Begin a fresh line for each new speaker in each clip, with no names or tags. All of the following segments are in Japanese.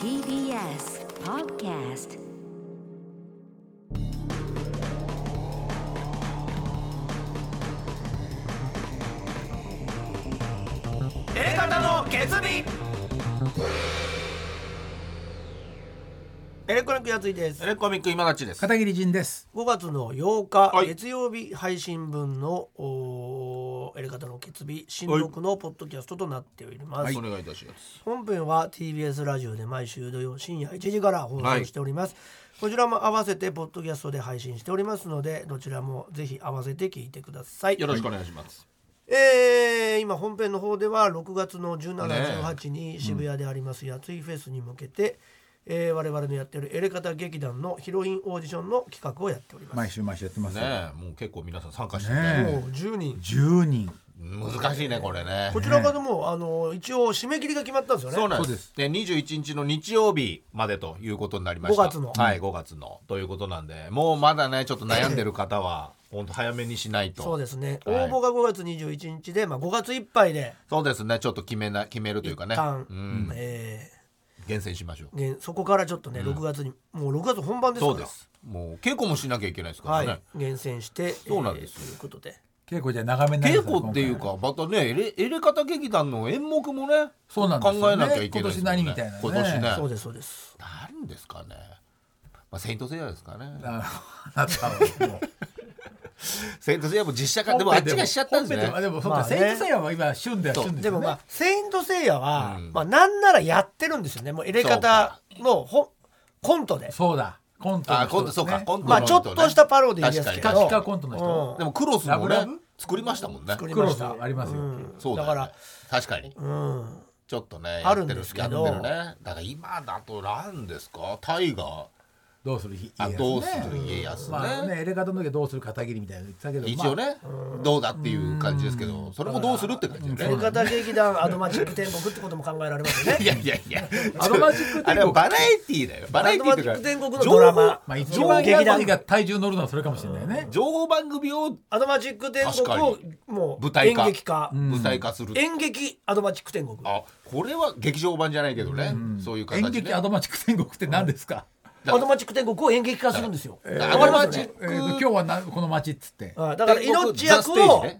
TBS Podcast
エ方の決意エレコミックやついです
エレコミック今立ちです。
片桐仁です。
5月の8日、
はい
月曜日配信分のおーエレ方の決意新録のポッドキャストとなっております、
お願いいたします。
本編は TBS ラジオで毎週土曜深夜1時から放送しております、こちらも合わせてポッドキャストで配信しておりますのでどちらもぜひ合わせて聞いてください
よろしくお願いします。
えー今本編の方では6月の
ねえ
1718に渋谷でありますやついフェスに向けて、えー我々のやってるエレカタ劇団のヒロインオーディションの企画をやっておりま
毎
す。
週毎週やってます。
ねえ、もう結構皆さん参加してね。
もう10人
10人。
難しいねこれね
こ。ちらがでも、あの一応締め切りが決まったんですよね。
そうなん
そう
で
ですす。
で、21日の日曜日までということになりました。
5月の
はい、5月のということなんで、もうまだねちょっと悩んでる方は本当早めにしないと。
そうですね、
はい
応募が5月21日で、まあ、5月いっぱいで
そうですね。ちょっと決めな決めるというかね。
一旦
うん。
え
厳選しましょう。
ー現そこからちょっとね、6月にもう6月本番ですから
そうです。もう稽古もしなきゃいけないですから
は
ね。
い、厳選して
そうなんですよ
えーということで
稽古じゃ長めになり
稽
ますね
古っていう。
今回
かまたねエレエレカタ劇団の演目もね
そうなんですよね
考えなきゃいけないですもんね
今年何みたいなね
今年ね
そうですそうです。
何ですかねまあ、セイントセイヤですかね。
あのあなたはもう
セイントセイヤも実写化、でもあっちがしちゃったんですね
本。編でもあでもそっ
まあ
か、
ね
セイントセイヤは今旬だよ
そう
旬です
で
よ
も
ね
まあ、セイントセイヤは、
うん
まあなんならやってるんですよね。もう入れ方のほんコントで。
そうだ。コントの人
あ、今度、そうか、
ね
コントの
まあちょっとしたパロディーですけど。
確か
に確かにコントの人
うん
でもクロスもね
ラブラブ
作りましたもんね。
作り
ク
ま
ロ
し
ス
た。
ありますよ。
うん
そうだ,、
だから、
確かに。
うん。
ちょっとね、
あるんですけど
やってるやってるね。だから今だと何ですかタイガ
どうする家
あ
康ね。
どうする家康ね
まあね、エレガタの時はどうする片桐みたいなの言ってたけど。
ー一応
まあ。
ね、どうだっていう感じですけど、それもどうするって感じだ
入
よ
れ
ね。
方劇団アドマチック天国ってことも考えられますよ
い
ね。
やいやいや、
アドマチック天国
あれはバラエティーだよ。バラエティーと
アドマチック天国
いう
の
か、
ドラマ
まあ一
上
番
劇団
劇団が体重乗るのはそれかもしれないね。
情報番組を
アドマチック天国を
確か
もう
舞台
演
化
劇化。
舞台化する。
演劇アドマチック天国。ア
あこれは劇場版じゃないけどね、そういう形で
演劇アドマチック天国って何ですか。
ドマチック天国を演劇化するんですよ。
えー
わかりますよ
アドマチッ
ね
ク。
えーと今日はなこの街っつって。
はいだから命役を、え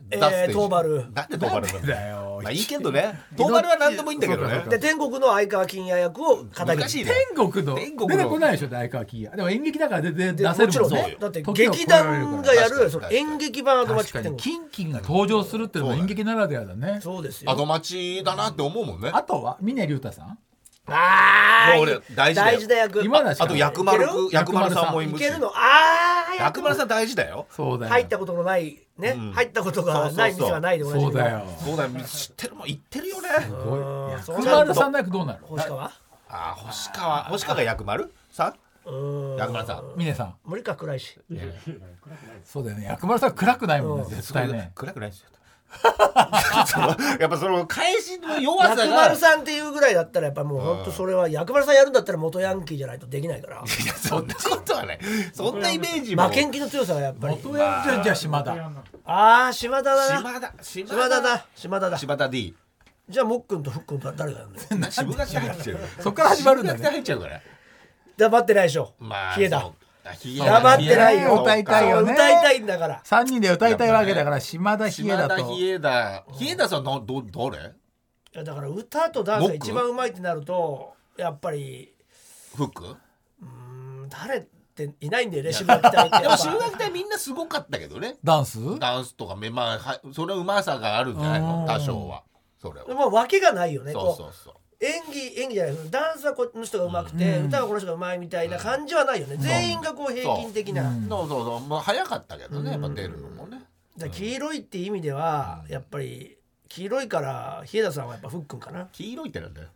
ー、トーバル。
だってトーバルなんだ
だよ
まあいいけどねトーバルは何でもいいんだけど
そう
ね
かそう
で天国の相川金也役を片
難
桐
しいね
天国の
天国の
出てこないでしょ大川キーでも演劇だから出て出
で
せるもん
もちろん
そう
ね
よ
だって
時を超
劇
えられるから
団がや
確か
る
に
その
確かに
演劇版アドマチッ
確
ク
か
天国
にキンキンが登場するっていうのも演劇ならではだね
そうですよ
後待ちだなって思うもんね
あとは峰竜太さん
あー
もう俺大事だ
な
よ
役
今だしか
あと薬丸く
いける
薬丸さんも
い
いる
け
し
るのあー
薬丸さん大事だよ
そうだよ
入ったことのないね
うん
入ったことがない
そうそうそう
店はないで同じ
そうだよ
そうだよ知ってるもん言ってるよね
うんそう
薬丸さんの役どうなる
星川
あー星川星川が薬丸さん
うん
薬丸さん
峰さん
無理か暗いし
そうだよね薬丸さんは暗くないもんね絶
それ
対ね
暗くないですよ そのやっぱその返しの弱さ
薬
が
丸さんっていうぐらいだったらやっぱもう本当それは薬丸さんやるんだったら元ヤンキーじゃないとできないから
いやそんなことはないそんなイメージも
負けん気の強さがやっぱり
元ヤンじゃじゃあ島田
あー島田だな
島田島
島田だ島田だ
柴田 D
じゃあもっくんとふっくんとは誰がやるのよ
な渋垣入っちゃう
そっから始まるんだね
渋垣入っちゃうから
黙ってないでしょ、
まあ
冷え
そ
だ
うあ冷えだ
黙ってないよ
歌い
たいよね
歌いたいんだから
3人で歌いたいわけだから島田秀
島
だ
田
と
冷えだ冷えださんのど誰
いやだから歌とダンスが一番うまいってなるとやっぱり
フック
うん誰っていないんだよね渋谷隊って
でも渋垣隊みんなすごかったけどね
ダンス
ダンスとかめまあはそれはうまさがあるんじゃないの多少はそれは
もう訳がないよね
そう
こ
そうそう
う演技演技じゃないダンスはこの人がうまくて、歌はこの人がうまいみたいな感じはないよね、全員がこう平均的な、
そうそうそうまあ早かったけどねやっぱ出るのもね
だから黄色いって意味ではやっぱり黄色いから日枝さんはやっぱふっくんかな
黄色いってなんだよ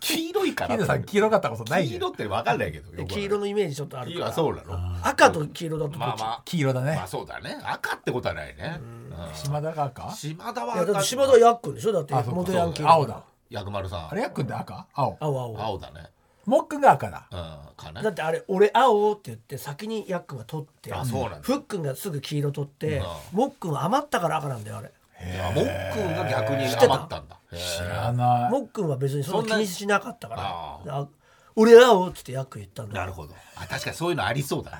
黄色い から
秀さん黄色かったことない
黄
じゃ
色
ん
って分かんないけどよくわかんない
黄色のイメージちょっとあるか
黄色
ら
はそうなの
赤と黄色だとどっち、
まあまあ
黄色だね
まあそうだね赤ってことはないねうん
島田が赤
島田はい
やだって
赤
柴田ヤックンでしょだって
あそうか
元ヤンキー
青だ
薬丸さん
あれやっくんって赤青
青青
青だね
もっくんが赤だ
うんかね
だってあれ俺青って言って先にヤックンが取って
あそうなんだ
フックンがすぐ黄色取って
うん
モックンは余ったから赤なんだよあれ
あもっくんが逆に余ったんだへ
知
ー
らない。
もっくんは別にそんな
そん
気
な
にしなかったか
あ
らあ俺らをっつってヤック言ったんだ
なるほどあ確かにそういうのありそうだね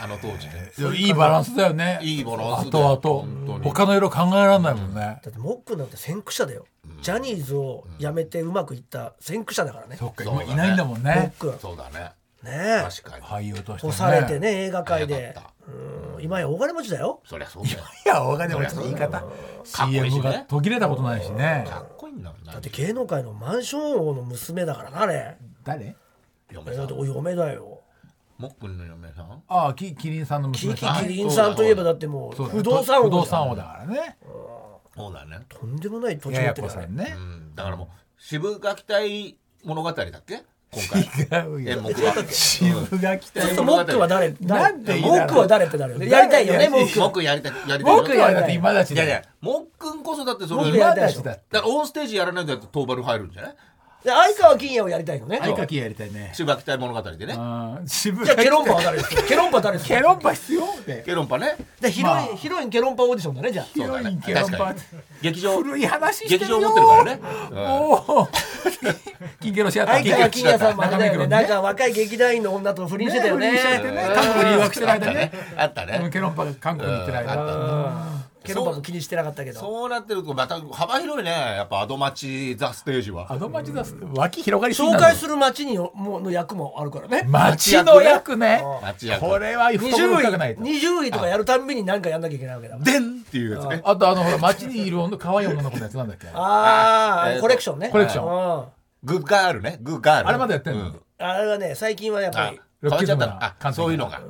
あの当時ね
いやいいバランスだよね。
いいバランスだよ
あと
本
あ
当
と
に
他の色考えられないもんね。
だってモックなんて先駆者だよ、ジャニーズを辞めてうまくいった先駆者だからね、
そっか
そうだ
今
ね
いないんだもん
モッ
ね。
クン
そうだね
ねえ
確かに
俳優として
干
も
されて
ね。
ね映画界
早
で
かっ
うん今や大金持ちだよ
そりゃそうだよ
いやお金持ちの言い方。
かっこいいしね
CM が途切れたことないしね。
かっこいいんだもんな
だって芸能界のマンション王の娘だからなあれ
誰？
嫁
え
さ
だって
ん
お嫁だよ
もっくんの嫁さん
ああキキリンさんの
キ
娘
キ
さん。
キリンさんといえばだってもう
そうだね
不動産王
不動
じゃん
産王だからね。
そうだね
とんでもない土地
や
持っ
や
てる
こ
か
さ
らね
んね
う。んだからもう渋垣隊物語だっけ今回
違う
演
よ。
目が
渋が来た
そうすると
よ。
モックンは誰
な
誰
ん
モ
て言いながら
ックンは誰ってなるよねやりたいよねモックン
もっくんやりたいやりたい
モ
よ
ックンはだって今だち
い
だ
や
よ
いやもっくんこそだってそ
もっ
れ
くんや
今
りたい
だ
でしょ
ちだって。
だからオンステージやらないとトーバル入るんじゃない
で相川金也をやりたいのね
合鍵やりたいね。
渋垣隊物語でね
うん渋
じゃあ
が
ケロンパは誰 ですかケロンパ誰ですか
ケロンパ必要って。
ケロンパね
でヒロインヒロインケロンパオーディションだねじゃあ
そうだ
広い
ね
けど
確かに劇場
古い話してる
劇
よ
場持ってるからねうん
おお金ゲロシアター
相川金也さんもあれだよねなん
ね
か若い劇団員の女と不倫してたよね
ね不倫しててね
うん
韓国留学してる
あった
間
ね
ね
あったね
ケロンパが韓国に行ってる
うんあった
間
ケロンパも気にしてなかったけど
そうなってるとまた幅広いねやっぱアドマチザステージ
ア
は
ドマチザス脇広がりすぎ
紹
な
介する街にもの役もあるからね
街の役ね
町役
これは懐深くない
20位
と
20位とかやるたんびに何かやんなきゃいけないわけだ
でんっていうやつね
あとあのほら街にいる女可愛い女の子のやつなんだっけあ
あ
えー
あ
と
コレクションね
コレクション
ン
グッガールねグッガール
れまだやってん
う
の
ん
あれはね最近はやっぱ
あ
り
変わっちゃった
ロッキーズム
の
が
あそういうのが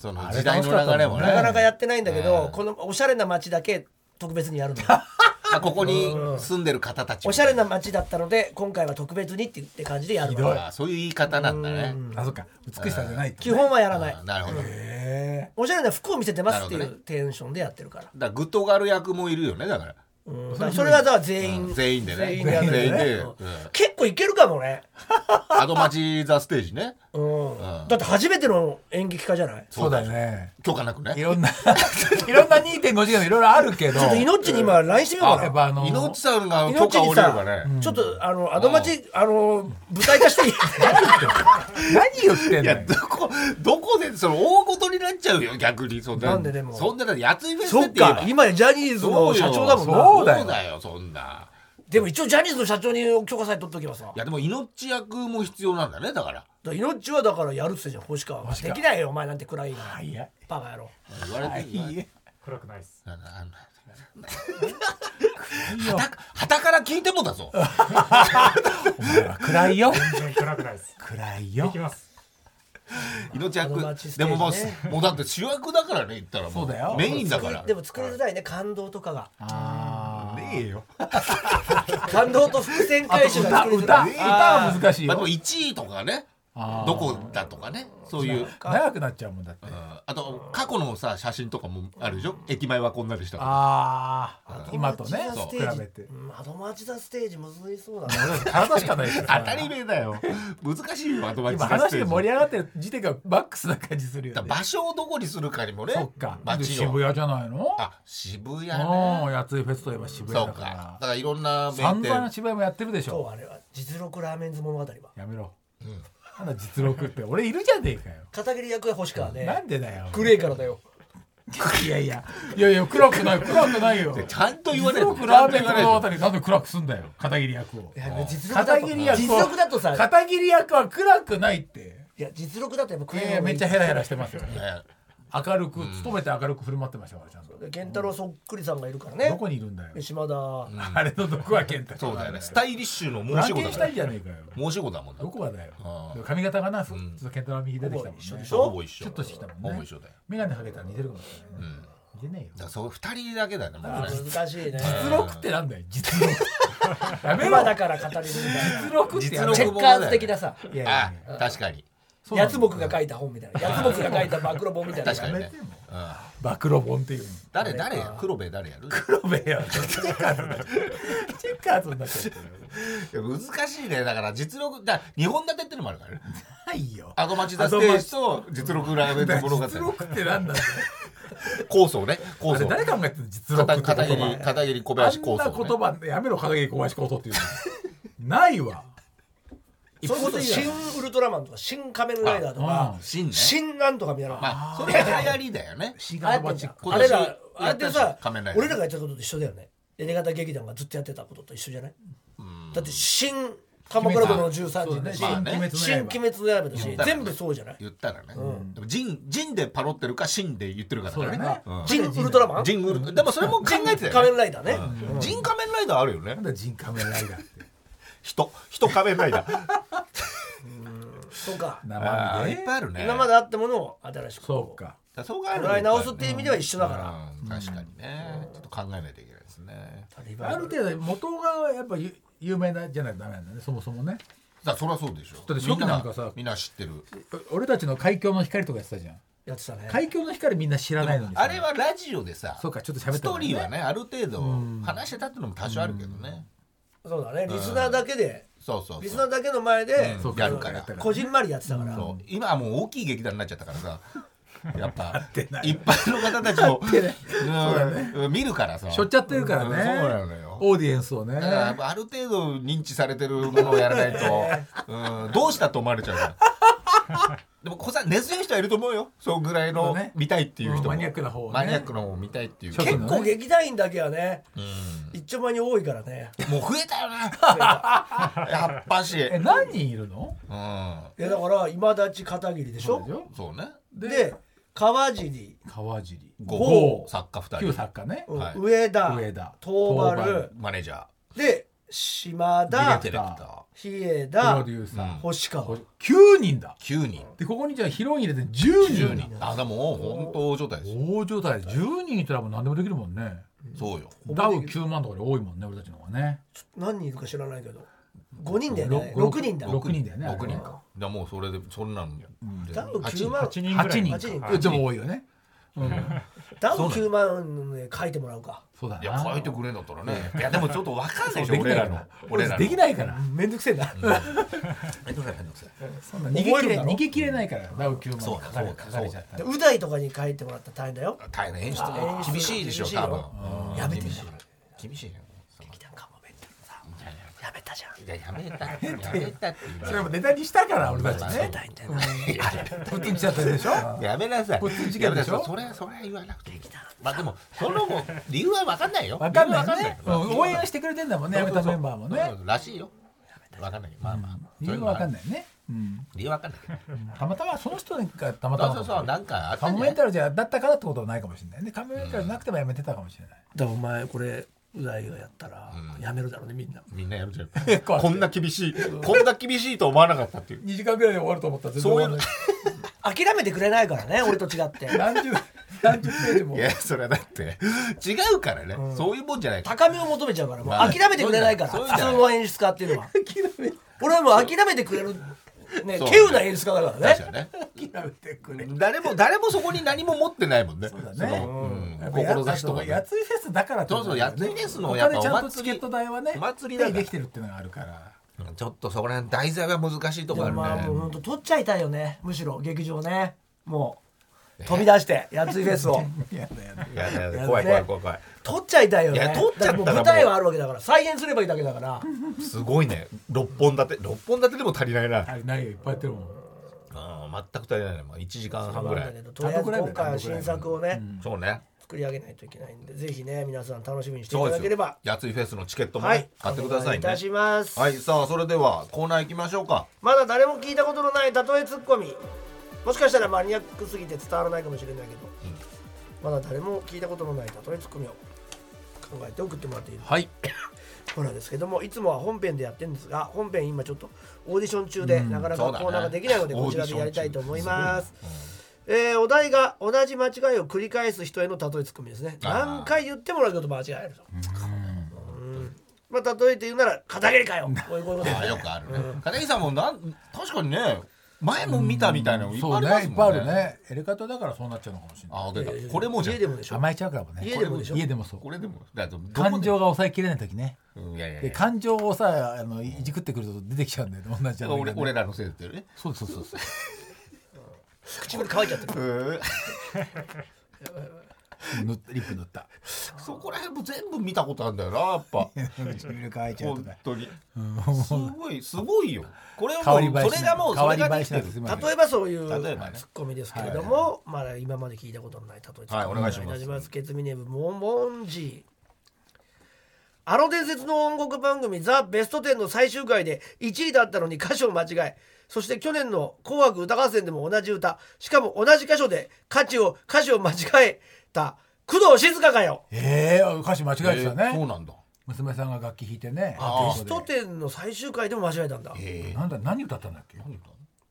その時代の流れもね
あれ楽しかったもんね
なかなかやってないんだけど
うん
このおしゃれな街だけ特別にやるの
ま あここに住んでる方たち
おしゃれな街だったので今回は特別にって言って感じでやる
ひどい
の
あそういう言い方なんだね
あそっか美しさじゃない
基本はやらない
あなるほど
へ
おしゃれな服を見せてますってい
なる
う
ほ
テンションでやってるから
だからグッドガル役もいるよねだから
うんだからそれはだから全員
全員でね
全員でやる
全員で
うん
うん
結構いけるかもね
アドマチザステージね
うんだって初めての演劇家じゃないちょ
そうだよね
許可なくね
いろんな いろんな2.5時間のいろいろあるけど
っと
や
命に今 LINE してみようか
っ
な
ぱあの
猪木さんが許
命
可
に
を得れば
さ
ね
ちょっとあのアドマチあの舞台化していい
何言ってん
い
の
や
よ
どこどこでその大事になっちゃうよ逆にそん
なんででも
そんなだってやついフェス
そ
だ
っ
って言えば
か今やジャニーズの社長だもん
そうよ
な
そうだよそうだよそんな
でも一応ジャニーズの社長に許可さえ取っとけばさ
いやでも命役も必要なんだねだから
だ命はだからやるっつってんじゃん星川は
星
で
川
きないよお前なんて暗いな
早い
バカ野郎
言われてる
い
暗くないです。
あのあのはた旗から聞いてもだぞ
お前は暗いよ
全然暗くないです。
暗い
い
よ
きます。
命
ア
役
ドバンテージ
でももう
ね
もうだって主役だからね言ったらも
そうだよ
メインだから
でも作りづらいね感動とかが
あー
ねえよ
感動と伏線
あ
回
と
収が作
歌
りづ
歌
らい
歌は難しい
まあでも
よ
1位とかね
あー
どこだとかねそういう
長くなっちゃうもんだって
うんあと過去のさ写真とかもあるでしょ駅前はこんなでしたとか
ああ今とね
そう
比べて
うんアドマチザステージむずいそうだな
体しかないし
当たり前だよ難しいよアドバイス
今話で盛り上がってる時点がマックスな感じするよね
場所をどこにするかにもね
そっかで
街
渋
を
谷じゃないの
あ渋谷ね
うんやついフェスといえば渋
そう
谷だ
か
か
だか
ら
らいろんな
散
面
々
店
渋谷もやってるでし
今
ょ
日あれは実録ラーメンズ物語は
やめろなんだ実録って俺いるじゃねえかよ
片桐役は星川で
なんでだよ
グレーからだよ
いやいやいやいや暗くない暗くないよ
ちゃんと言われ
実
る
録ラーメンのあたりなんで暗くすんだよ片桐役を
いや実力だ
片
と
桐役
実力だとさ
片桐役は暗くないって
いや実力だとやっぱク
えーめっちゃヘラヘラしてますよね
ね
明るく勤めて明るく振る舞ってましたからちゃんと
健太郎そっくりさんがいるから
ど
ね
こにいるんだよ
島田
あれのどこは健太
そうだよねスタイリッシュの申し
案
子
件
だ
し
か
た
ら
いじゃねえかよ
申し子だもんだ
どこはだよ
うん
髪型がなちょっと健太郎右出てきたもんね
ほぼ一緒でし
ち
ょ
ょ
ほぼ一緒
っとしてきたもんね
ほぼ一緒だよ
眼鏡かけたら似てるかもしれないね似てねえよ
だからそう2人だけだよねもうね
難しいね
実録ってなんだよ実録やめろ
今だから語れるみたい
実録ってや
な
めろ
チェッカーズ的なさ
いやいや
あ
いや
確かに
そうな
や
んだ
つ僕が書いた本みたいなやつ僕が書いた暴露本みたいな
確かにね
やめてよ
うん
暴露本っていうの
誰誰や黒部誰やる
黒部屋チェッカーズになっちゃうチェッカーズになっちゃってる
いや難しいねだから実力だ日本立てってのもあるからね
ないよ
アドマチザステージと実力ラーメンズ物語
実録ってなんだよ
構想ね構
あれ
想
誰考えてんの実録って
片
言
片
葉
桐片桐小
あ
林
ん
構
な
想、
言
ね、
葉やめろ片桐小林構想っていうのないわ
それこそ新ウルトラマンとか新仮面ライダーとか
うん
新ね
新なんとかみたいな、
まあそれが流行りだよね
シガ
あ
ーバチック
今
あ
年
れらあれって
やっ
さ
たし仮面ライダー
俺らがやってたことと一緒だよねエレガタ劇団がずっとやってたことと一緒じゃないだって新鎌倉殿の13人だし、
そうだねまあね
新鬼滅の刃だし、
うん
全部そうじゃない
言ったらね、でもジンジンでパロってるかシンで言ってるからね
そうだね
うん
ジンウルトラマン
ジンウルでもそれも考えてた
仮
よ
面
ね
ライダーね、
うんジン仮面ライダーあるよね
なんだ人仮面ライダーって
人人仮面ライダー
そうか
あ
生
ー
身
い
で
っぱいあるね
今まであったものを新しく
そう
こ
か
だそう考え
う
る
捉え直すっ
と
ていう意味では一緒だから、
うん確かにね、ちょっと考えないといけないですね
リバ
あ
イバ
る
ル
程度元がやっぱゆ有名なじゃないとダメなんだねそもそもね
だそりゃそうでし
だ
ょ
って初期
みん
なんかさ
みんな知ってる
俺たちの海峡の光とかやってたじゃん
やってたね
海峡の光みんな知らないのにさ
あれはラジオでさ
そうかちょっと喋った
ストーリーは
ね
ねある程度話してたってのも多少あるけどね、
そうだねリスナーだけで、
そうそうそう
リスナーだけの前で、
うん
そう
やるから
やった
こじんまりやってたから、
そう今はもう大きい劇団になっちゃったからさやっ ぱ
てない
一般の方たちも、うん見るからさ
しょっちゃってるからね、
うんそうなのよ
オーディエンスをね
だからやっぱある程度認知されてるものをやらない と、うん、どうしたと思われちゃうからでも子さん根強い人はいると思うよそうぐらい
そう
の
ね
見たいっていう人も、
うんマニアックな方をね
マニアックな方を見たいっていう
ちょっと
結
ね
構劇団員だけはね、
う
一丁前に多い からね
んもう増えたよなやっぱし、
え何人いるの
う
えだから今立ち片桐でしょ
でしょ
ん、そうね
で川尻、
川尻
五作家
旧
2人
作家ね
うん
はい
上田
上田
東
東
丸
丸
マネージャ
で島
ー
田
ディレクタ
比江
プ
田
ロデューサー、
星川
これ9人だ
ー9人
でここにじゃあヒロイン入れて10人
10人あでも本当大状態ですよ
大状態で10人いたらもう何でもできるもんね
そうよ
ダウ9万とかで多いもんね俺たちの方がね
何人いるか知らないけど5人だよね
ろ
6人だ
ろ六人だよね
6人かだからもうそれでそんなの
ダウン
八
9
人
万
8人ぐらい
8人
八人か
かでも多いよねうん
ダウン9万ね書いてもらうか
そうだない
や書いてくれんだったらねいやでもちょっとわかんないでしょ
で
俺
きないから
の俺らの
できないから
めんどくせえな
めんどくさいめんどくさい
そんな逃げ
覚え
き
る
れ
だろ
逃げ切れないからダウ9万かかれ
そうだ
かかれちゃっ
そう
た
でうだいとかに書いてもらったら大変だよ
大変演出
あー
厳しいでしょ
厳しいよ
多分
やめて
厳
み
しい
る
厳しいよ
なんかもうめんどくさやめたじゃん
いややめたやめたって
それもネタにしたから俺たちね
大変だよな
プッチンしちゃったでしょ
やめなさい
こっちの事件でしょ
やめなさいそれはそれは言わなくていいまあでもその後理由はわかんないよ
わかんないよ
理由
ね
はわかん
うん応援はしてくれてんだもんねやめたメンバーも
そう
ね
そうらしいよわかんないまあまあ
理由はわかん
ない
ないねうん
理由わか んないけど
たまたまその人がたまた
そう
ま
そうそうなんかあったん
カモ
じゃ
メ
な
ン
い
タルじゃだったからってことはないかもしれないねカモメンタルじゃなくてもやめてたかもしれない
だからお前これうだいがやったらやめるだろうねみんな
みんなやめちゃう
こうやって
こんな厳しいこんな厳しいと思わなかったっていう
2時間ぐらいで終わると思ったら全然
そういうの
諦めてくれないからね俺と違って
何十何十ページも
いやそれはだって違うからね、そういうもんじゃない
高みを求めちゃうからもう
まあ
諦めてくれないから
そういう
普
んじゃない
通の演出家っていうのは俺はもう諦めてくれるね
そう
稀有な演出家だからね
確かね
諦めてくれ
誰も誰もそこに何も持ってないもんねそう
だね
のうん
やっぱや
志とか
あや
ね
ついフェスだからってことだよ
そ
ね
うそうやついフェスの
お
やっぱ
金ちゃんと
お祭
チ
り
ケット代はね
お祭りだから
手にできてるっていうのがあるから
ちょっとそこら辺題材は難しいと
で
こ
も
ろ
ま
あ
あ
る
もう
ね
本当取っちゃいたいよねむしろ劇場ねもう飛び出してやついフェス を
いやだや
い
だ
やいやい
や
や怖い
ね
怖い怖い怖い
取っちゃいたいよね
いや取っちゃったらもう
だってもう舞台はあるわけだから再現すればいいだけだから
すごいね六本立て六本立てでも足りないな
あれないよいっぱいやってるもん
うん全く足りないね、まあ、1時間半ぐら
だ
い
けどとりあえず今回は新作をね
そうね
作り上げないといけないんでぜひね皆さん楽しみにしてい
そ
た
う
だ
で
け
す
れ
よ
ば
やついフェスのチケットもね、
はい
買ってくださ
お
いね
願いいたします
はいさあそれではコーナー行きましょ うか
まだ誰も聞いたことのない例えツッコミもしかしたらマニアックすぎて伝わらないかもしれないけど、まだ誰も聞いたことのない例えツッコミを考えて送ってもらっている
はい
コーナーですけどもいつもは本編でやってるんですが本編今ちょっとオーディション中で、なかなか
そうだね
コーナーができないので、こちらでやりたいと思います
オーディション中
えーお題が同じ間違いを繰り返す人への例えツッコミですね
あー
何回言ってもらうこと間違えるとうんまあ例えて言うなら片桐かよこういうことで
あよくあるね、片桐さんもなん確かにね前も見たみたいなのいっぱい
そ
あ
う
り
ね
ま
い
す
っぱい
も
あ
んね
るねエレカタだからそうなっちゃうのかもしれない
あ出たこれもじゃん
家でもでしょ
甘えちゃうからもね
家でもでしょ
家でもそう
これでもだからどこで
感情が抑えきれない時ね
うんいやいやい
で
や
感情をさあのいじくってくると出てきちゃうんだよね同じような
俺
ね
俺らのせいだよね
そうそうそうそう
口ぶり乾いちゃってる
うー
塗ったリップ塗った
そこら辺も全部見たことあるんだよなやっぱ
唇乾いちゃうと
本
か
当にすごいすごいよこれは
香
も
り
う
映
そ
え
れがもうそれができてる
例えばそういう
例えばね
ツッコミですけれども、まだ今まで聞いたことのない例えツッコミ
はいお願いします
なりますケツミネームモモンジーあの伝説の音楽番組「ザ・ベストテンの最終回で1位だったのに歌詞を間違えそして去年の「紅白歌合戦」でも同じ歌しかも同じ箇所で歌詞を歌詞を間違えた工藤静香かよ
ええ歌詞間違えてた
えーそう
ね
なんだ
娘さんが楽器弾いてね
あ
ベ
ー
ストテンの最終回でも間違えたんだ
え
なんだ何歌ったんだっけ
何だ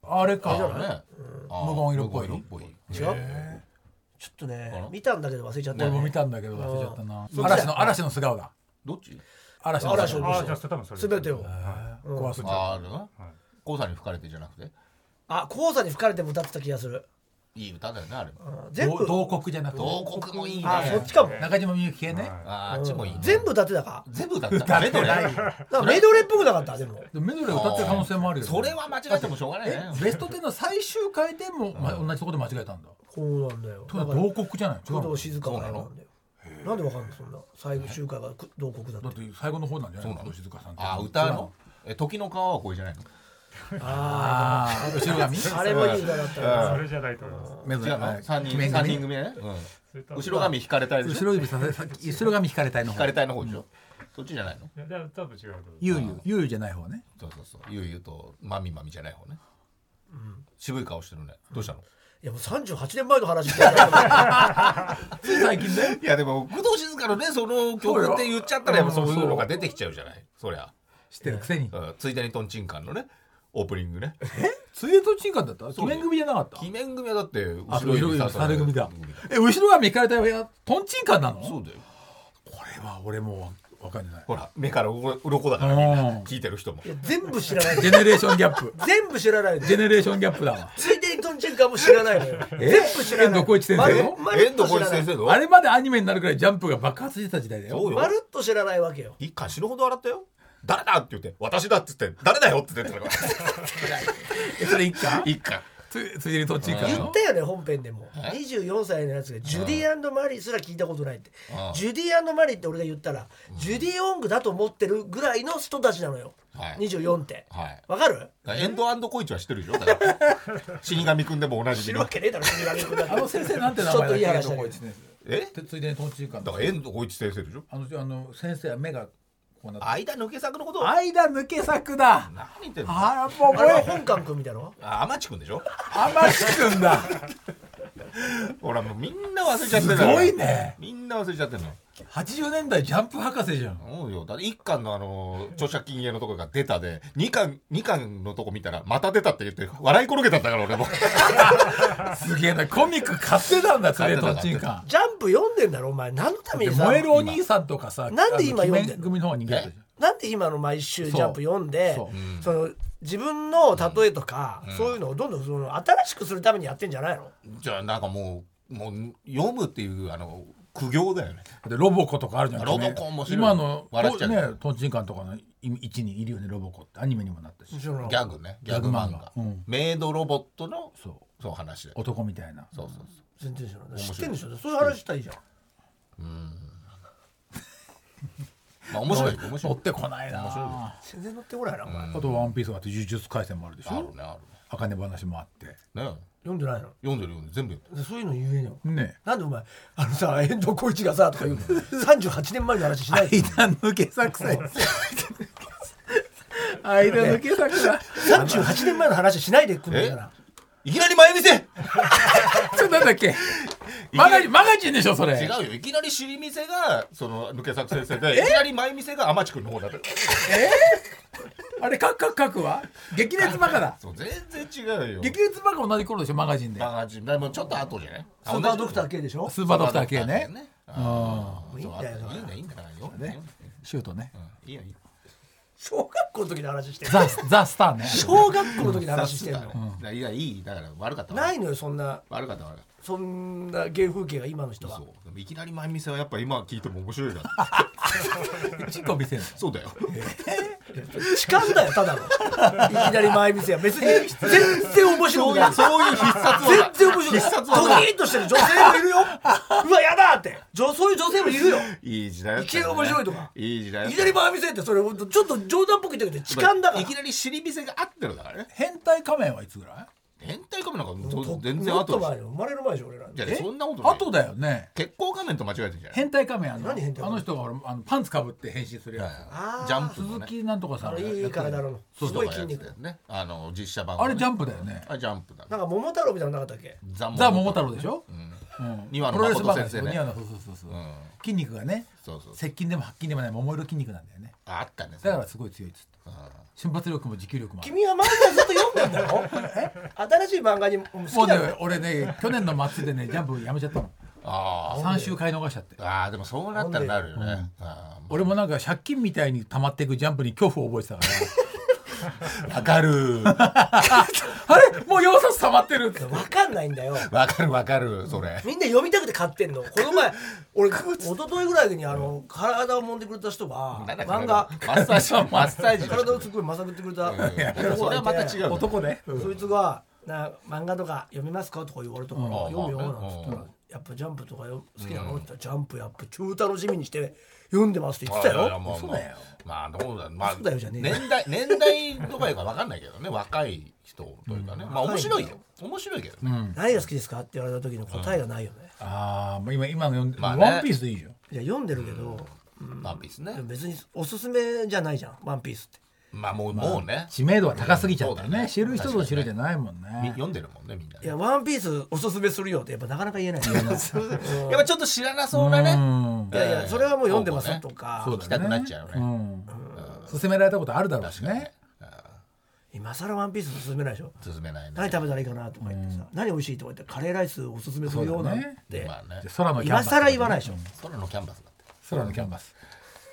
ろ
あれか
うねあー
無言色っぽい
無言色っぽい
違うちょっとね見たんだけど忘れちゃった
俺
よ
も見
ね
たんだけど忘れちゃったな
うん
嵐の嵐の素顔だ
どっち
嵐の
嵐
素
の
顔
素
ああじゃあ多分それ
全てを
は
うん怖そう
あーあれは黄砂に吹かれてじゃなくて
あ黄砂に吹かれても歌ってた気がする
いい歌だよねあれも
全部
同国じゃなくて
同国もいいね
あそっちかも
中島みゆき系
い
ね
は
あーあっちもいいね
全部歌ってたか
全部だったメドレー
なんかメドレーっぽくなかったでも
でもメドレー歌ってる可能性もあるよね
それは間違えてもしょうがないね
ベスト10の最終回でもま同じとこで間違えたんだ
そうなんだよ
と
だ
は
から
同国じゃない違
工
うの
藤静香からなんだよなんでわかんないそんな最後集会がく同国だ
だ
っ
ってて最後の方なんじゃな
そ
い
うな
工
の
藤静香さんって
あー歌のえ時の川は恋じゃないの
あ
ああ後ろ 髪
ああれもいい歌だった
い
な
それじゃないと思います
メドレ
違う
ー
の三人
鬼面
三
組
人組ねうん
それと
後ろ髪引かれたいでし
後
ょ
ろ指させさ後ろ髪引かれたいの
引
方
かれたいの方でしょそっちじゃないの
いやでも多分違うと思う
ゆうゆうゆうゆうじゃない方ね
そうそうそうゆうゆうとまみまみじゃない方ね渋い顔してるねどうしたの
いやもう38年前の話してるから
つい最近だよ
いやでも工藤静香のねその曲って言っちゃったらやっぱそういうのが出てきちゃうじゃないそりゃ
知ってるくせに
うんついでにトンチンカンのねオープニング ね
ツイートチンカンだった
そう
鬼面組じゃなかった
鬼面組はだって
あ
後ろ
後ろ
指
指
さ
され組だ
組だ
え後ろ髪引かれたいやトンチンカンなの
そうだよ
これは俺もうわかんない
ほら目から鱗だからみんな
うん
聞いてる人も
いや全部知らない
ジェネレーションギャップ
全部知らないの
ジェネレーションギャップだわ
ついでにトンチェンカーも知らないのよ
え
ない
遠藤浩一先
ま
生
る
よ
まる
遠
っと
藤
知
浩一
らない
先生の
あれまでアニメになるくらいジャンプが爆発してた時代だよ
そうよ
まるっと知らないわけよ
一回死ぬほど笑ったよ誰だって言って私だって言って誰だよって言ってたから
えそれ一巻
一回
つついでにトンチンカン
言
の
ったよね本編でも
え
24歳のやつがジュディマリーすら聞いたことないって
ああ
ジュディマリーって俺が言ったらジュディ・オングだと思ってるぐらいの人たちなのよ
はい
24って
はい
わかる
エンドコイチは知ってるでしょだから死神くんでも同
知
じ
る
で
わけねえだろ死神君だって
あの先生なんて名前だっ
ちょ
け
っといい話
遠藤浩一先
え
生ついでにトンチンカン
だ
の
から遠藤浩一先生でしょ
あのあの先生は目がこうなって
間抜け作のことを
間抜け作だ
何言ってんのあ
あらもう
あれは
俺
本館君みたいなの
天地くんでしょ
天地君だ
ほらもうみんな忘れちゃってる
すごいね
みんな忘れちゃってるの
80年代ジャンプ博士じゃん
そうよだって一巻のあの著者金鋭のとこが出たで二巻二巻のとこ見たらまた出たって言って笑い転げたんだから俺も
すげえなコミック買ってたんだついでにトンチンカン
ジャンプ読んでんだろお前何のため
で
にさ
燃えるお兄さんとかさ
なんで今
あの
読んでんの
鬼面組の方に逃げてるじゃん
なんで今の毎週ジャンプ読んで
そう
その自分の例えとかそういうのをどんどんその新しくするためにやってんじゃないの
じゃあなんかもうもう読むっていうあの苦行だよね
でロボコとかあるじゃん
ロボコ面白い
今の
笑っちゃう
ねトンチンカンとかのい位置にいるよねロボコってアニメにもなったし
その
ギャグねギ
ャ
ャ
グ
グ
漫画
漫画、
うん
メイドロボットの
そう
そう話だよ
男みたいな
そうそうそう
全然知らない知ってんでしょそういう話したらいいじゃん
まあ面白い面白
乗
い
ってこないな
面白い
あ
全然乗ってこないなお前
と「ワンピースがあって「呪術廻戦」もあるでし
あるね
ょ
あ
「茜話」もあって
るねね
読んでないの
読んでる読んでる全部読んでる
でそういうの言えよ
ね
なんでお前あのさ遠藤浩一がさとか言うの38年前の話しないで
間抜け作戦 間抜け作だ
38年前の話しないでくんだから
いきなり前見せ違
それなんだっけマガジンマガジンでしょそれ
うよいきなり尻見せがその抜け作先生でいきなり前見せが天地君の方だった
あれカクカクカクは激烈バカだ
そう全然違うよ
激烈バカ同じ頃でしょマガジンで
マガジンでもうちょっと後じゃない
スーパードクター K でしょ
スーパードクター系ね
あー
いいん
そうあ
だよ
いいんだいいんだよいいんだよ
シュートね
いいよいいよ
小学校の時の話してる
ザ・ザ・スターね
小学校の時の話してんの
いやいやいいだから悪かった
ないのよそんな
悪かった悪かっ
そんな原風景が今の人は
そうでもいきなり前見せはやっぱ今聞いても面白 いな
チンコ見せんの
そうだよ
痴漢だよた だのいきなり前見せや別に全然面白
そう
く
い
な
う
い
そういう必殺技
全然面白くない
必殺
ドキ
技
ーンとしてる女性もい るようわやだって女そういう女性もいるよ
いい時代だった
いきなり面白いとか
いい時代だ
い
っ
き
た
なり前見せってそれほんとちょっと冗談っぽく言ってるけど痴漢だから
いきなり尻見せがあってるだからね
変態仮面はいつぐらい
変態仮面なんか
と
と全然
もっと
後
前
でし
よ生まれる前でしょ俺ら
ょい
え
やそんなことない
後だよね
結婚仮面と間違えてんじゃない
変態仮面あの
何変態仮面
あの人が俺あのパンツかぶって変身するやつ
あー
ジャンプの
鈴
ね
木なんとかさ
あ
ん
の
が
いい体のすごい筋肉
だよねあの実写版の
あ
ね
れジャンプだよね
あジャンプだね
なんか桃太郎みたいなのなかったっけ
ザ
ザ・桃太郎でしょ
うん
うん
二羽の
プロレスバカ
誠先生ね
二羽のそうそうそうそう
うん
筋肉がね
そうそう
接近でも発筋でもない桃色筋肉なんだよね
ああったね
だからすごい強いっつって
うん
瞬発力も持久力もある
君は漫画ずっと読んでんだろ新しい漫画にも好
もう
き
ね
だよ
俺ね去年の末でねジャンプやめちゃったの
あー
3週買い逃しちゃって
あーでもそうなったらなるよねあ
俺もなんか借金みたいに溜まっていくジャンプに恐怖を覚えてたか
ーわかる
ら あれもう4冊溜まってるって
わかんないんだよ
わかるわかるそれ
みんな読みたくて買ってんのこの前 俺一昨日ぐらいにあの体を揉んでくれた人が
なんだっけ
漫画
マッサージマッサージの人
体をすごいまさぶってくれた
うん
子
それ
が
はまた
い
違
て
う
男ね
そいつがな「漫画とか読みますか?」とか言われたから「
ん
読むよ」
まあ
な
ね
んつったら「やっぱジャンプとかよ好きなの?」って言ったら「ジャンプやっぱ超楽しみにして読んでます」って言ってた
いやいや
よ。
もう
嘘だよ
まあどうだ、まあ、
嘘だよじゃねえよ
年代年代とかいうかわかんないけどね若い人というかね、まあ面白いよ面白いけどね、
何が好きですかって言われた時の答えがないよね。
ああもう今今の読んで、
まあね
ワンピースでいいじゃん
いや読んでるけど、
まあ別に
で
ね
も別におすすめじゃないじゃん「ワンピースって。
まあもう,、もうね
知名度は高すぎちゃったよ
そうだ
ね
ね
知る人ぞ知るじゃないもん
み
ね
読んでるもんねみんないね
や「ワンピースおすすめするよ」ってやっぱなかなか言えないよね。
やっぱちょっと知らなそうなね、
うん
いやいやそれはもう読んでま
そう
す
ね
とか、
そう
聞きたくなっちゃうよね、
うん勧められたことあるだろうしね
今更ワンピース勧めないでしょ
進めないね
何食べたらいいかなとか言ってさ、何美味しいとか言ってカレーライスおすすめするようなんて、
まあね
で空のキャンバ
今
ス
更言わないでしょ、
空のキャンバスだって
空のキャンバス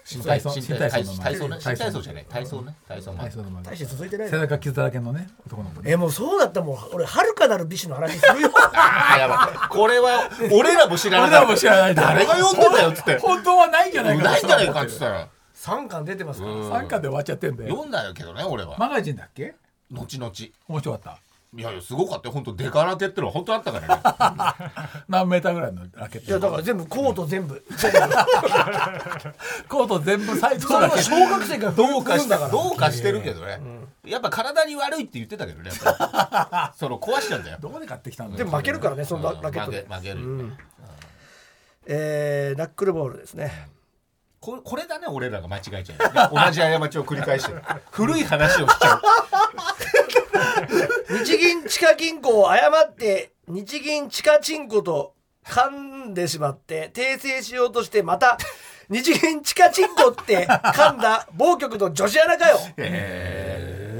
新
体操
新体
新
操
体
体
操
操
の
ね新体操じゃない体操ね体操
体
体
操
操
の漫画
大して続いてない
背
よ
中傷だらけのね男の子ね
えもうそうだったらもう俺はるかなる美酒の話するよ
あーやばいこれは俺らも知らない
俺らも知らない
誰が読んでたよっつって
本当はないんじゃないか
ないんじゃないかっつったら
3巻出てますから、
うん
3巻で終わっちゃってんだよ
読んだけどね俺は
マガジンだっけ
後々い
面白かった
やいやすごかったよ本当デカラケってのは本当あったからね
何メーターぐらいのラケ
いや
ット
だから全部コート全部
コート全部サイズ
それ
だ
は
け
小学生が
どうかし
んだから
どうかしてるけどね、やっぱ体に悪いって言ってたけどねやっぱりその壊しちゃうんだよ
どこで買ってきたんだ
で
よ
も負けるからねそのララケットで
負け負けるよね、
えーナックルボールですね
ここれだね俺らが間違えちゃうよね同じ過ちを繰り返してる古い話をしちゃう
日銀地下銀行を誤って日銀地下チンコと噛んでしまって訂正しようとしてまた 日銀地下チンコって噛んだ某局の女子アナかよ
あー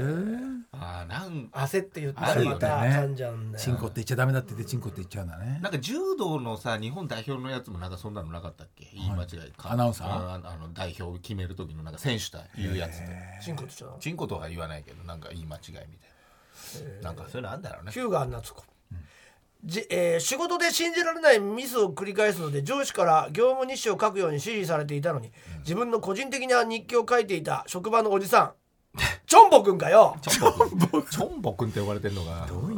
なん
焦って言った
あ
ら
る
ま
よね
た噛んじゃうんだ
チ
よ
ンコって言っちゃダメだって言ってチンコって言っちゃうんだね
なんか柔道のさ日本代表のやつもなんかそんなのなかったっけ言い間違いか
アナウンサー
ああの代表を決める時のなんか選手というやつで
チンコって言っちゃうの
チンコとは言わないけどなんか言い間違いみたいななんかそういうのあんだろうね
ヒューガー夏子、じえー仕事で信じられないミスを繰り返すので上司から業務日誌を書くように指示されていたのに、自分の個人的な日記を書いていた職場のおじさんチョンボくんかよ
チョンボチョンボ君って呼ばれてるのがどうい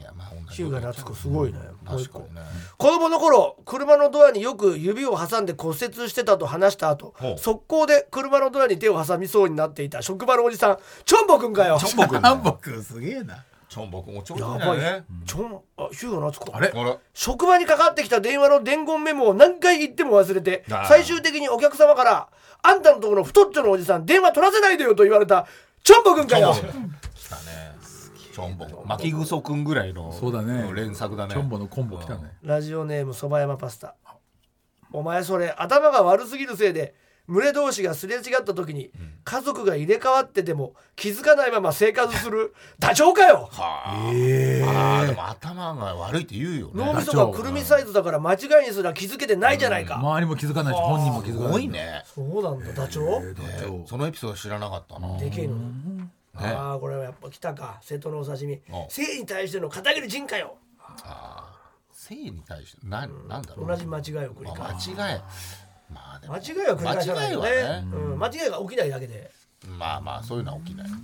やまあ同じ
ヒューガー夏子すごいねもう一
確
個
かにね
子供の頃車のドアによく指を挟んで骨折してたと話した後
ほう
速攻で車のドアに手を挟みそうになっていた職場のおじさんチョンボくんかよ
チョンボ君
ハン
ね
ボ君すげえな
チョンボ君おちょ
や
こ
ば
だ
い、
ね
チョンあヒューガー夏子
あれ
あら
職場にかかってきた電話の伝言メモを何回言っても忘れて
あー
最終的にお客様から「あんたのところの太っちょのおじさん電話取らせないでよ」と言われたチョンボくんかよ
チョンボ君来たねチョンボ巻きぐそ君ぐらいの
そうだね
連作だね
チョンボのコンボ来たね
ラジオネームそば山パスタお前それ頭が悪すぎるせいで群れ同士がすれ違った時に家族が入れ替わってても気づかないまま生活するダチョウかよ
はあ
え
あーでも頭が悪いって言うよね
脳みそ
ダチョ
が
ウ
くるみサイズだから間違いにすら気づけてないじゃないか
周りも気づかないし本人も気づ
す
かない
ごいね。
そうなんだダチョウ
ねそのエピソード知らなかったな。
でけえの
ね
ああこれはやっぱ来たか瀬戸のお刺身
お
性に対しての片桐仁かよ
あ性に対して何なんだろう
同じ間違いを繰り
まあ
返す
間違いまあでも
間違いは繰り返さないよね
間違いはね
うん、間違いが起きないだけで
まあまあそういうのは起きないよね